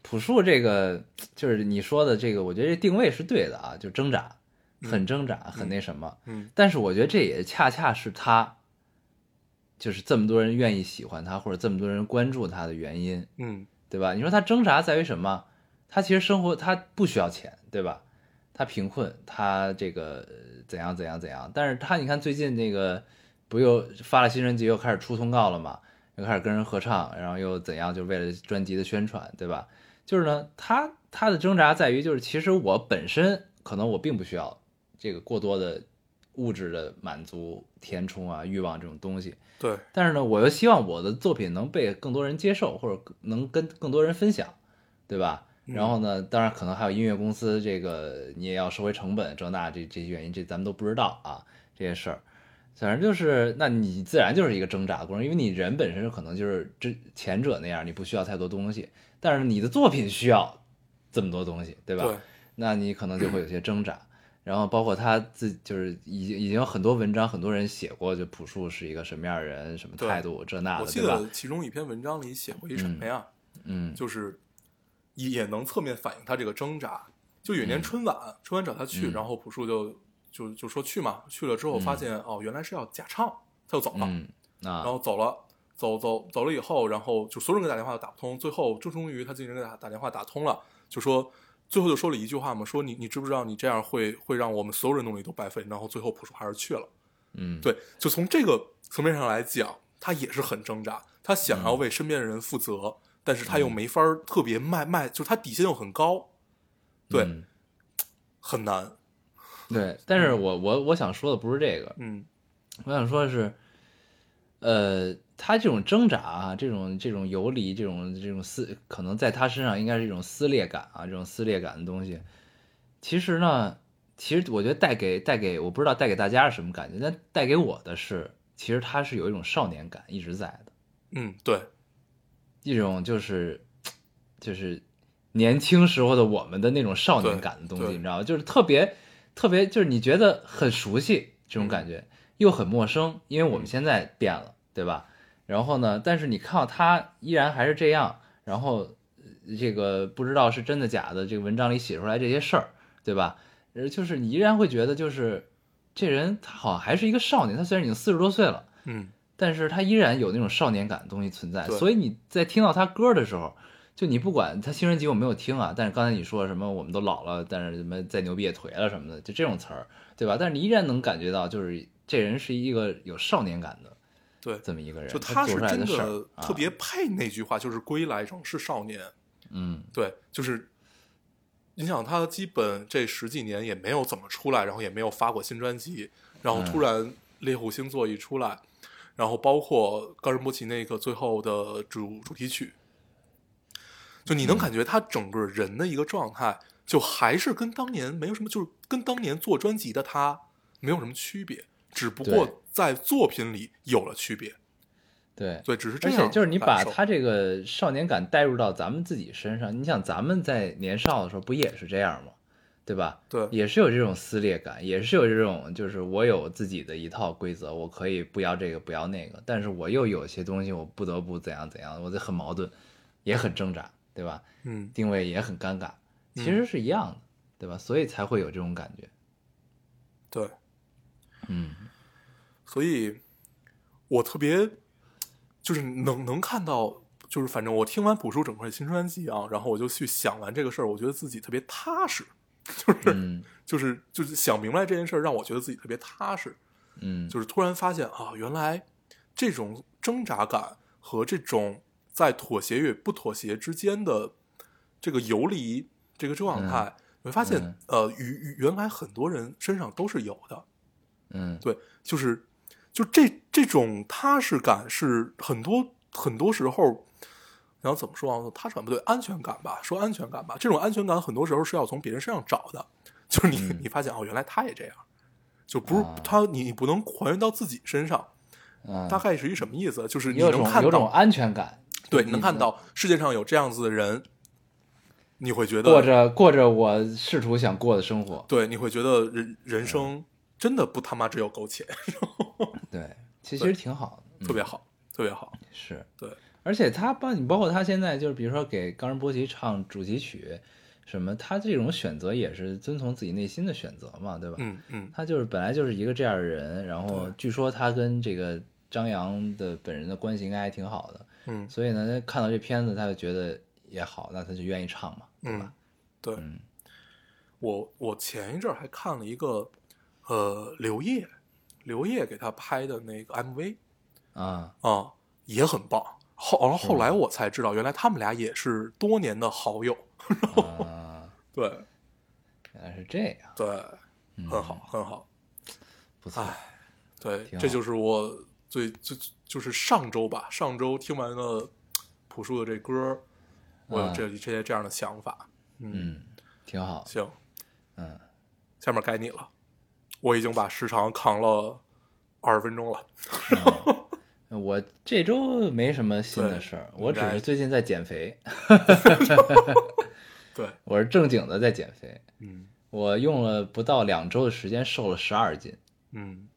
朴树这个就是你说的这个，我觉得这定位是对的啊，就挣扎，很挣扎，很那什么。嗯但是我觉得这也恰恰是他，就是这么多人愿意喜欢他，或者这么多人关注他的原因，嗯对吧？你说他挣扎在于什么？他其实生活他不需要钱，对吧？他贫困，他这个呃怎样怎样怎样。但是他你看最近那个不又发了新专辑，又开始出通告了嘛，又开始跟人合唱，然后又怎样，就为了专辑的宣传，对吧？就是呢，他他的挣扎在于，就是其实我本身可能我并不需要这个过多的物质的满足、填充啊、欲望这种东西，对，但是呢，我又希望我的作品能被更多人接受，或者能跟更多人分享，对吧？然后呢，当然可能还有音乐公司这个你也要收回成本，这那这这些原因，这咱们都不知道啊，这些事儿。反正就是，那你自然就是一个挣扎的过程，因为你人本身可能就是之前者那样，你不需要太多东西，但是你的作品需要这么多东西，对吧？对，那你可能就会有些挣扎。然后包括他自就是已经已经有很多文章，很多人写过，就朴树是一个什么样的人，什么对态度，这那我的，记对吧？得其中一篇文章里写过一什么呀？嗯就是也能侧面反映他这个挣扎。就有一年春晚，春晚找他去，嗯然后朴树就就就说去嘛，去了之后发现、哦，原来是要假唱，他就走了，嗯啊，然后走了。走走走了以后，然后就所有人给打电话都打不通，最后就终于他经纪人给他打电话打通了，就说最后就说了一句话嘛，说你你知不知道你这样会会让我们所有人努力都白费，然后最后朴树还是去了。嗯对，就从这个层面上来讲，他也是很挣扎，他想嗯要为身边的人负责，但是他又没法儿特别卖卖，就是他底线又很高，对，嗯很难。对，但是我我我想说的不是这个，嗯我想说的是，呃，他这种挣扎啊，这种这种游离，这种这种撕，可能在他身上应该是一种撕裂感啊，这种撕裂感的东西，其实呢，其实我觉得带给带给我不知道带给大家是什么感觉，但带给我的是，其实他是有一种少年感一直在的，嗯，对，一种就是就是年轻时候的我们的那种少年感的东西，对对你知道吗？就是特别特别，就是你觉得很熟悉这种嗯感觉，又很陌生，因为我们现在变了，对吧？然后呢，但是你看到他依然还是这样，然后呃这个不知道是真的假的，这个文章里写出来这些事儿，对吧？呃，就是你依然会觉得，就是这人他好像还是一个少年，他虽然已经四十多岁了，嗯但是他依然有那种少年感的东西存在。对所以你在听到他歌的时候，就你不管他新专辑我没有听啊，但是刚才你说什么我们都老了，但是什么再牛逼也颓了什么的，就这种词儿，对吧？但是你依然能感觉到，就是这人是一个有少年感的对，这么一个人，就他他做是出来真的事的儿啊特别配那句话，就是“归来仍是少年”嗯对，就是你想他基本这十几年也没有怎么出来，然后也没有发过新专辑，然后嗯突然《猎户星座》一出来，然后包括高仁波齐那个最后的主主题曲，就你嗯能感觉他整个人的一个状态，就还是跟当年没有什么，就是跟当年做专辑的他没有什么区别，只不对过在作品里有了区别。对。对，只是这而样感且受。就是你把他这个少年感带入到咱们自己身上，你想咱们在年少的时候不也是这样吗？对吧？对也是有这种撕裂感，也是有这种就是我有自己的一套规则，我可以不要这个不要那个，但是我又有些东西我不得不怎样怎样，我就很矛盾，也很挣扎，对吧？嗯，定位也很尴尬，其嗯实是一样的，对吧？所以才会有这种感觉。对。嗯所以我特别就是能能看到，就是反正我听完朴树整块新专辑啊，然后我就去想完这个事儿，我觉得自己特别踏实， 嗯就是就是想明白这件事儿，让我觉得自己特别踏实，嗯，就是突然发现啊，原来这种挣扎感和这种在妥协与不妥协之间的这个游离这个状态，你会发现、嗯呃，与与原来很多人身上都是有的，嗯对，就是就这这种踏实感是很多很多时候，然后怎么说啊？踏实感不对，安全感吧，说安全感吧。这种安全感很多时候是要从别人身上找的，就是你、嗯你发现哦，原来他也这样，就不是、啊他你你不能还原到自己身上。嗯，大概是一什么意思？啊就是你有能种看有种到，安全感，对，你能看到世界上有这样子的人，你会觉过得，着过着我试图想过的生活。对，你会觉得人嗯人生真的不他妈只有苟且，对，其实挺好的，特别嗯好，特别好，是。对，而且他包你包括他现在就是比如说给冈仁波齐唱主题曲，什么他这种选择也是遵从自己内心的选择嘛，对吧？嗯嗯，他就是本来就是一个这样的人，然后对据说他跟这个张扬的本人的关系应该还挺好的，嗯所以呢看到这片子他就觉得也好，那他就愿意唱嘛，对吧？对嗯，我我前一阵儿还看了一个，呃，刘烨，刘烨给他拍的那个 MV 啊，啊、也很棒。后然后是后来吗我才知道，原来他们俩也是多年的好友。啊对原来是这样，对，嗯很好，很好。不错，对挺，好这就是我最最就是上周吧，上周听完了朴树的这歌儿，我有啊这这些这样的想法。嗯，嗯，挺好的，行，嗯。下面该你了，我已经把时长扛了二十分钟了。我这周没什么新的事儿，对我只应该是最近 在减肥，对， 我是正经的在减肥。嗯。我用了不到两周的时间，瘦了十二斤嗯，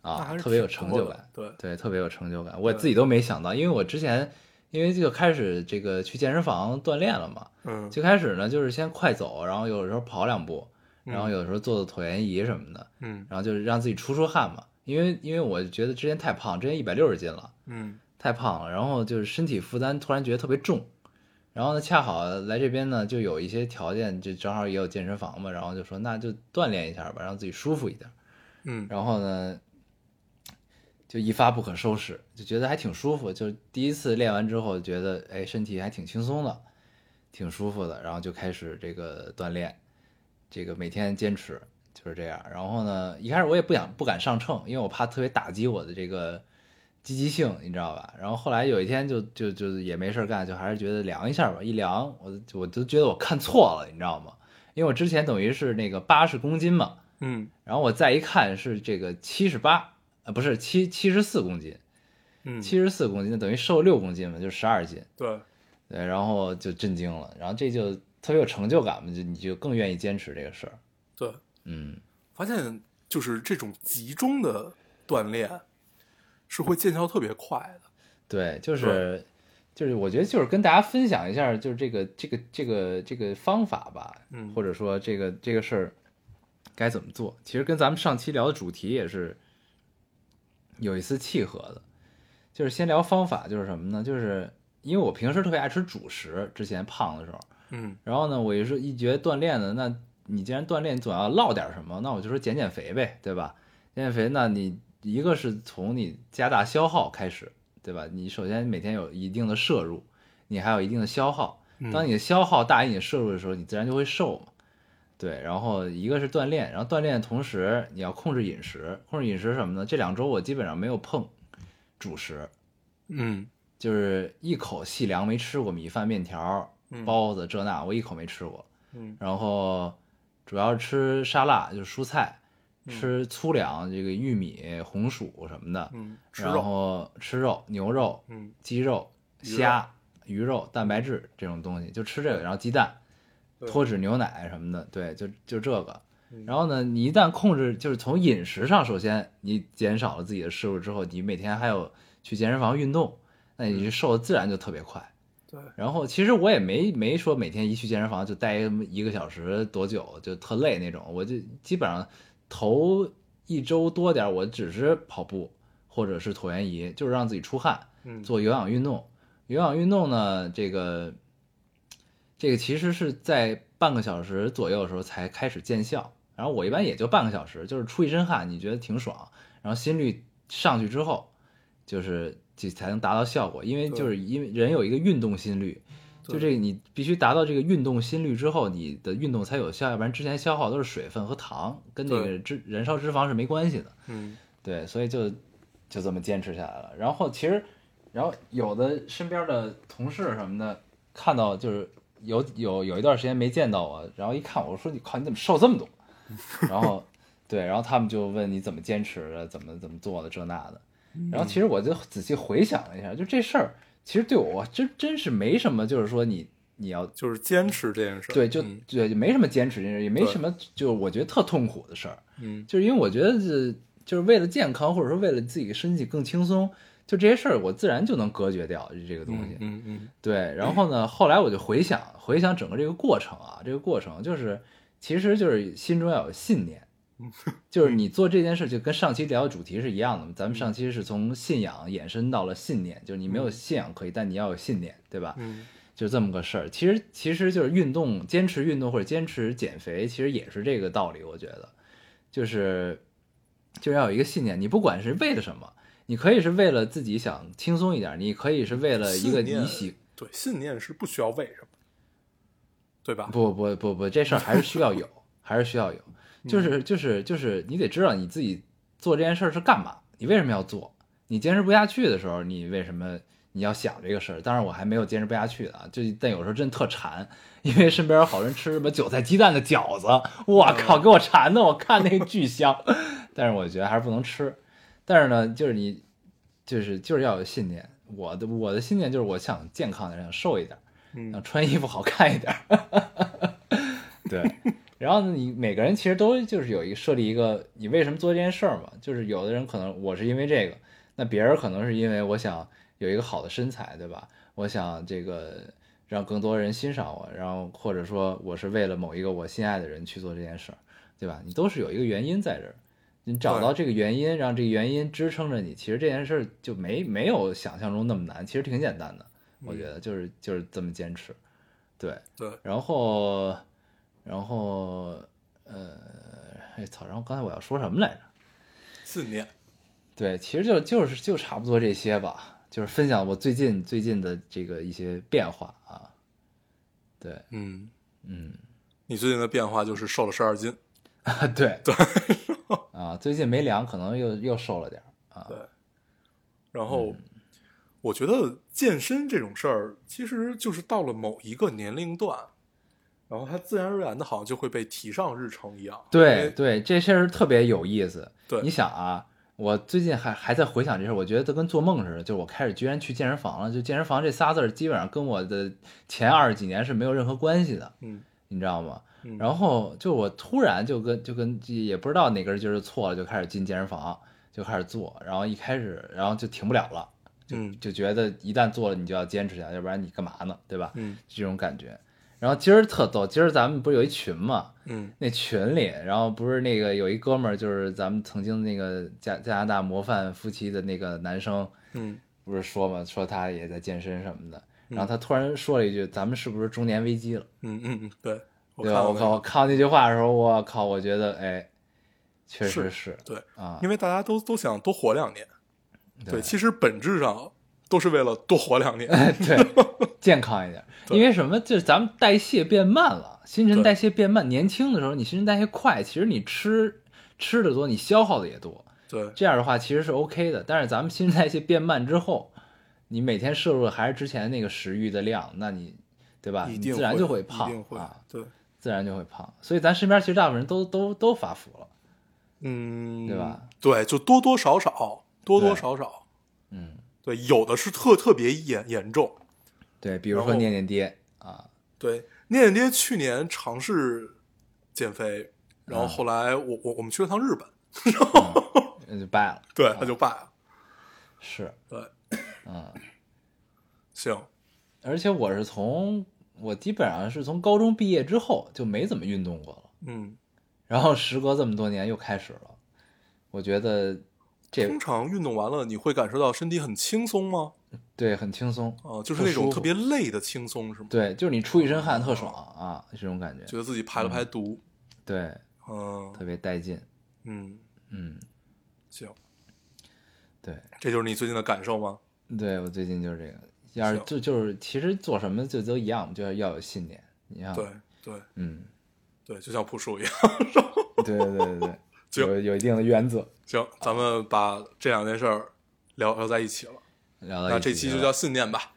那还啊，是特别有挺成多就的感。对，对，特别有成就感。我自己都没想到，因为我之前因为就开始这个去健身房锻炼了嘛，嗯，最开始呢就是先快走，然后有时候跑两步，然后嗯有时候做做椭圆仪什么的，嗯然后就是让自己出出汗嘛。因为因为我觉得之前太胖，之前一百六十斤了，嗯太胖了，然后就是身体负担突然觉得特别重。然后呢，恰好来这边呢，就有一些条件，就正好也有健身房嘛，然后就说那就锻炼一下吧，让自己舒服一点。嗯然后呢，就一发不可收拾，就觉得还挺舒服。就是第一次练完之后，觉得哎身体还挺轻松的，挺舒服的，然后就开始这个锻炼，这个每天坚持就是这样。然后呢，一开始我也不想不敢上秤，因为我怕特别打击我的这个积极性，你知道吧？然后后来有一天就就就也没事儿干，就还是觉得量一下吧，一量我我都觉得我看错了，你知道吗？因为我之前等于是那个八十公斤嘛，嗯然后我再一看是这个七十八，呃，不是七七十四公斤，嗯，七十四公斤等于瘦六公斤嘛，就十二斤，对，对，然后就震惊了，然后这就特别有成就感嘛，就你就更愿意坚持这个事儿，对，嗯，发现就是这种集中的锻炼是会见效特别快的。对，就是就是我觉得就是跟大家分享一下，就是这个这个这个这个方法吧，嗯或者说这个这个事儿该怎么做，其实跟咱们上期聊的主题也是有一丝契合的，就是先聊方法，就是什么呢？就是因为我平时特别爱吃主食，之前胖的时候，嗯然后呢，我一说一觉得锻炼呢，那你既然锻炼，总要落点什么，那我就说减减肥呗，对吧？减减肥，那你一个是从你加大消耗开始，对吧？你首先每天有一定的摄入，你还有一定的消耗。嗯当你的消耗大于你的摄入的时候，你自然就会瘦嘛。对，然后一个是锻炼，然后锻炼的同时你要控制饮食，控制饮食什么呢？这两周我基本上没有碰主食，嗯就是一口细粮没吃过米饭、面条、嗯包子这那，我一口没吃过。嗯然后主要吃沙拉，就是蔬菜，吃粗粮，这个玉米、红薯什么的，嗯，吃然肉，后吃肉，牛肉、嗯鸡肉、鱼肉虾、鱼肉、蛋白质这种东西，就吃这个，然后鸡蛋、对脱脂牛奶什么的，对，就就这个嗯。然后呢，你一旦控制，就是从饮食上，首先你减少了自己的摄入之后，你每天还有去健身房运动，那你瘦的自然就特别快。嗯对，然后其实我也没没说每天一去健身房就待一个小时多久就特累那种，我就基本上头一周多点儿，我只是跑步或者是椭圆仪，就是让自己出汗，嗯做有氧运动。有氧运动呢，这个这个其实是在半个小时左右的时候才开始见效。然后我一般也就半个小时，就是出一身汗，你觉得挺爽，然后心率上去之后，就是这才能达到效果。因为对就是因为人有一个运动心率，就对这个你必须达到这个运动心率之后，你的运动才有效，要不然之前消耗都是水分和糖，跟那对个脂燃烧脂肪是没关系的。嗯对，所以就就这么坚持下来了。然后其实，然后有的身边的同事什么的，看到就是有有有一段时间没见到我，然后一看我说你靠你怎么瘦这么多？然后对，然后他们就问你怎么坚持的，怎么怎么做的这那的。嗯然后其实我就仔细回想了一下，就这事儿其实对我真真是没什么，就是说你你要就是坚持这件事儿。对就嗯对就没什么坚持这事儿，也没对什么就我觉得特痛苦的事儿。嗯就是因为我觉得是就是为了健康，或者说为了自己身体更轻松，就这些事儿我自然就能隔绝掉这个东西。嗯嗯对，然后呢，后来我就回想回想整个这个过程啊，这个过程就是其实就是心中要有信念。就是你做这件事，就跟上期聊的主题是一样的嘛。咱们上期是从信仰延伸到了信念，就是你没有信仰可以，但你要有信念，对吧？嗯就这么个事儿。其实其实就是运动，坚持运动或者坚持减肥，其实也是这个道理。我觉得，就是就是要有一个信念，你不管是为了什么，你可以是为了自己想轻松一点，你可以是为了一个信念你喜。对，信念是不需要为什么，对吧？不不不不，这事儿还是需要有，还是需要有。 就是就是就是，你得知道你自己做这件事儿是干嘛，你为什么要做？你坚持不下去的时候，你为什么你要想这个事儿？当然，我还没有坚持不下去的啊，就但有时候真特馋，因为身边有好人吃什么韭菜鸡蛋的饺子，我靠，给我馋的，我看那个巨香， 但是我觉得还是不能吃。但是呢，就是你就是就是要有信念。我的我的信念就是我想健康点儿，想瘦一点儿，嗯想穿衣服好看一点儿。对，然后呢，你每个人其实都就是有一个设立一个你为什么做这件事儿嘛，就是有的人可能我是因为这个，那别人可能是因为我想有一个好的身材，对吧？我想这个让更多人欣赏我，然后或者说我是为了某一个我心爱的人去做这件事儿，对吧？你都是有一个原因在这儿，你找对到这个原因，让这个原因支撑着你，其实这件事儿就没没有想象中那么难，其实挺简单的，嗯我觉得就是就是这么坚持，对。对，然后，然后，呃，哎操！然后刚才我要说什么来着？信念，对，其实就就是就差不多这些吧，就是分享我最近最近的这个一些变化啊。对，嗯，嗯，你最近的变化就是瘦了十二斤，啊， 对对 啊，最近没量，可能又又瘦了点儿啊。嗯对然后我觉得健身这种事儿，其实就是到了某一个年龄段，然后它自然而然的好像就会被提上日程一样。因对为对，这事儿特别有意思。对你想啊，我最近还还在回想这事儿，我觉得都跟做梦似的。就是我开始居然去健身房了，就健身房这仨字儿，基本上跟我的前二十几年是没有任何关系的，嗯你知道吗？嗯，后然后就我突然就跟就跟也不知道哪根筋儿错了，就开始进健身房，就开始做，然后一开始然后就停不了了，就嗯就觉得一旦做了你就要坚持下来，要不然你干嘛呢？对吧？嗯这种感觉。然后今儿特逗，今儿咱们不是有一群嘛，嗯那群里，然后不是那个有一哥们儿，就是咱们曾经那个加加拿大模范夫妻的那个男生，嗯不是说嘛，说他也在健身什么的，然后他突然说了一句：“咱们是不是中年危机了嗯嗯嗯，对，？”我对看吧？到我那靠，个我看到那句话的时候，我靠，我觉得哎，确实是是对，啊，因为大家都都想多活两年，对其实本质上都是为了多活两年。 对，健康一点。对因为什么？就是咱们代谢变慢了，新陈对代谢变慢。年轻的时候，你新陈代谢快，其实你吃吃的多，你消耗的也多。对，这样的话其实是 OK 的，但是咱们新陈代谢变慢之后， 你每天摄入的还是之前那个食欲的量，那你对吧？一啊你定自然就会一胖定会啊，，对，自然就会胖。所以咱身边其实大部分人都都都发福了，嗯，对吧？对，就多多少少，多多对少少，嗯，对，有的是特特别严严重。对，比如然说后念念爹啊，对，念念爹去年尝试减肥，然后嗯后来我我我们去了趟日本，那呃就败了，对，他就败了。是，对，嗯，行，而且我是从我基本上是从高中毕业之后就没怎么运动过了，嗯，然后时隔这么多年又开始了，我觉得这通常运动完了，你会感受到身体很轻松吗？对很轻松啊、就是很那种舒特服别累的轻松，是吗？对，就是你出一身汗特爽啊，这种感觉觉，得自己排了排毒，对，嗯嗯特别带劲。嗯，嗯，行，对，这就是你最近的感受吗？对我最近就是这个，要是行就就是其实做什么就都一样，就是要有信念。你看，对，对嗯，对，就像朴树一样。对对对对对， 行有有一定的原则。行，咱们把这两件事儿聊聊在一起了，聊到那一这起期去就了叫信念吧，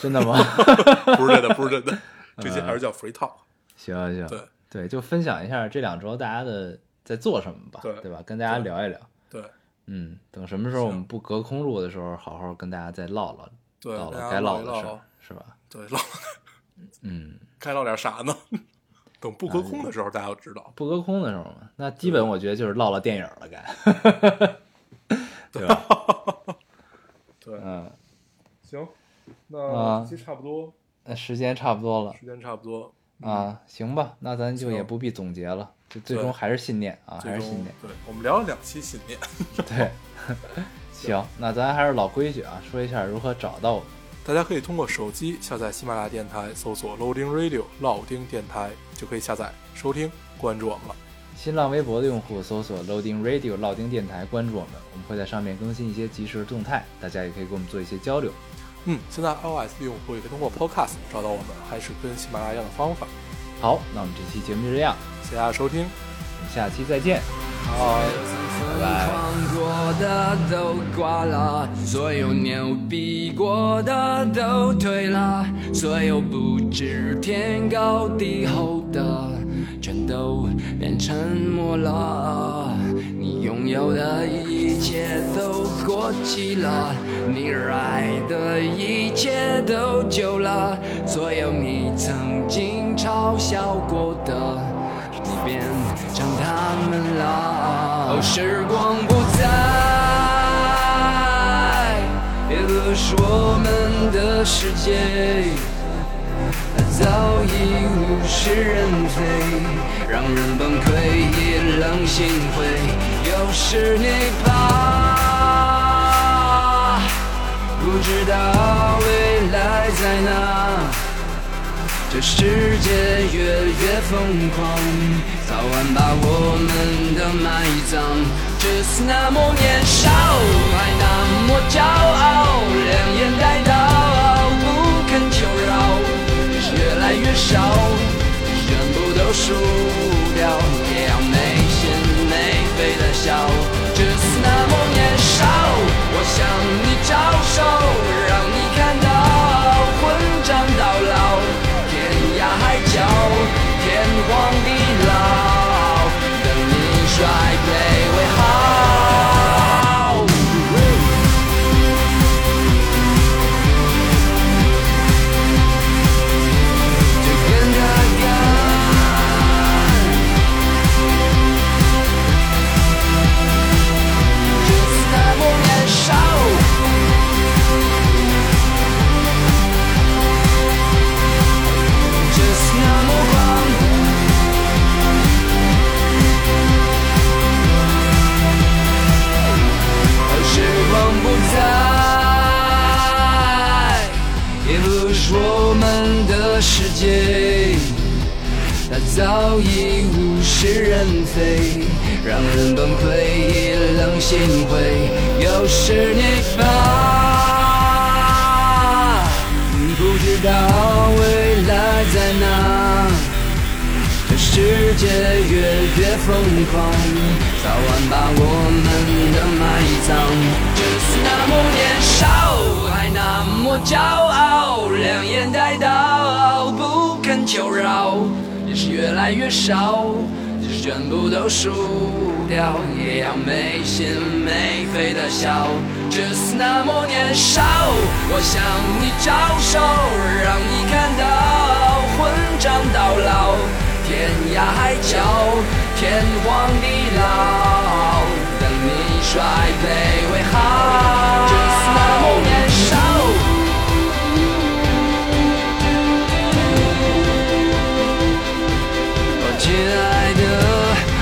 真的吗？ 不是真的，不是真的，这嗯期还是叫 free talk。行啊行，对对，就分享一下这两周大家的在做什么吧，对对吧？跟大家对聊一聊。对嗯，等什么时候我们行不隔空录的时候，好好跟大家再唠唠，对，唠大唠家该唠唠一的事唠儿，，是吧？对唠，嗯。该唠点啥呢？等不隔空的时候，大家要知道。不隔空的时候嘛，那基本我觉得就是唠唠电影了，该，对吧？对，嗯，行，啊那这期差不多，那时间差不多了时间差不多，啊，行吧，那咱就行也不必总结了，就最对终还是信念啊，最还是信终念， 对我们聊了两期信念。对。行，那咱还是老规矩啊，说一下如何找到我们。大家可以通过手机下载喜马拉雅电台，搜索 Loading Radio 老丁电台，就可以下载收听，关注我们了。新浪微博的用户搜索 Loading Radio 老丁电台，关注我们，我们会在上面更新一些即时动态，大家也可以跟我们做一些交流。嗯，现在 iOS 的用户也可以通过 Podcast 找到我们，还是跟喜马拉雅一样的方法。好，那我们这期节目就这样，谢谢大家收听，我们下期再见，拜拜。疯过的都挂了，所有牛逼过的都退了，所有不知天高地厚的，全都变沉默了。你拥有的一切都过期了，你热爱的一切都旧了，所有你曾经。嘲笑过的，你变成他们了。哦，时光不再，也不是我们的世界。早已物是人非，让人崩溃，一冷心灰。又是你吧，不知道未来在哪。这世界越越疯狂，早晚把我们的埋葬。只是那么年少，还那么骄傲，连眼带刀不肯求饶。越来越少，全部都输掉，也要没心没肺的笑。只是那么年少，我向你招手，让你看到混账到老，天涯海角，天荒地老，等你衰退为好。就跟着干。就是那么年少，就是那么狂，而时光不再，也不是我们的世界。它早已物是人非，让人崩溃，一冷心灰。又是你吧，不知道未来在哪。这世界越越疯狂，早晚把我们的埋葬。就是那么年少，还那么骄傲，两眼带刀，不肯求饶，也是越来越少，就是全部都输掉，也要没心没肺的笑。就是那么年少，我向你招手，让你看到混账到老，天涯海角，天荒地老，等你衰退为好。就是那么年少。哦，亲爱的，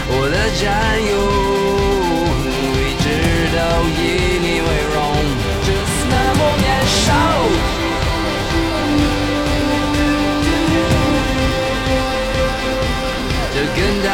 我的战友，一直都以你为荣，就是那么年少。就跟他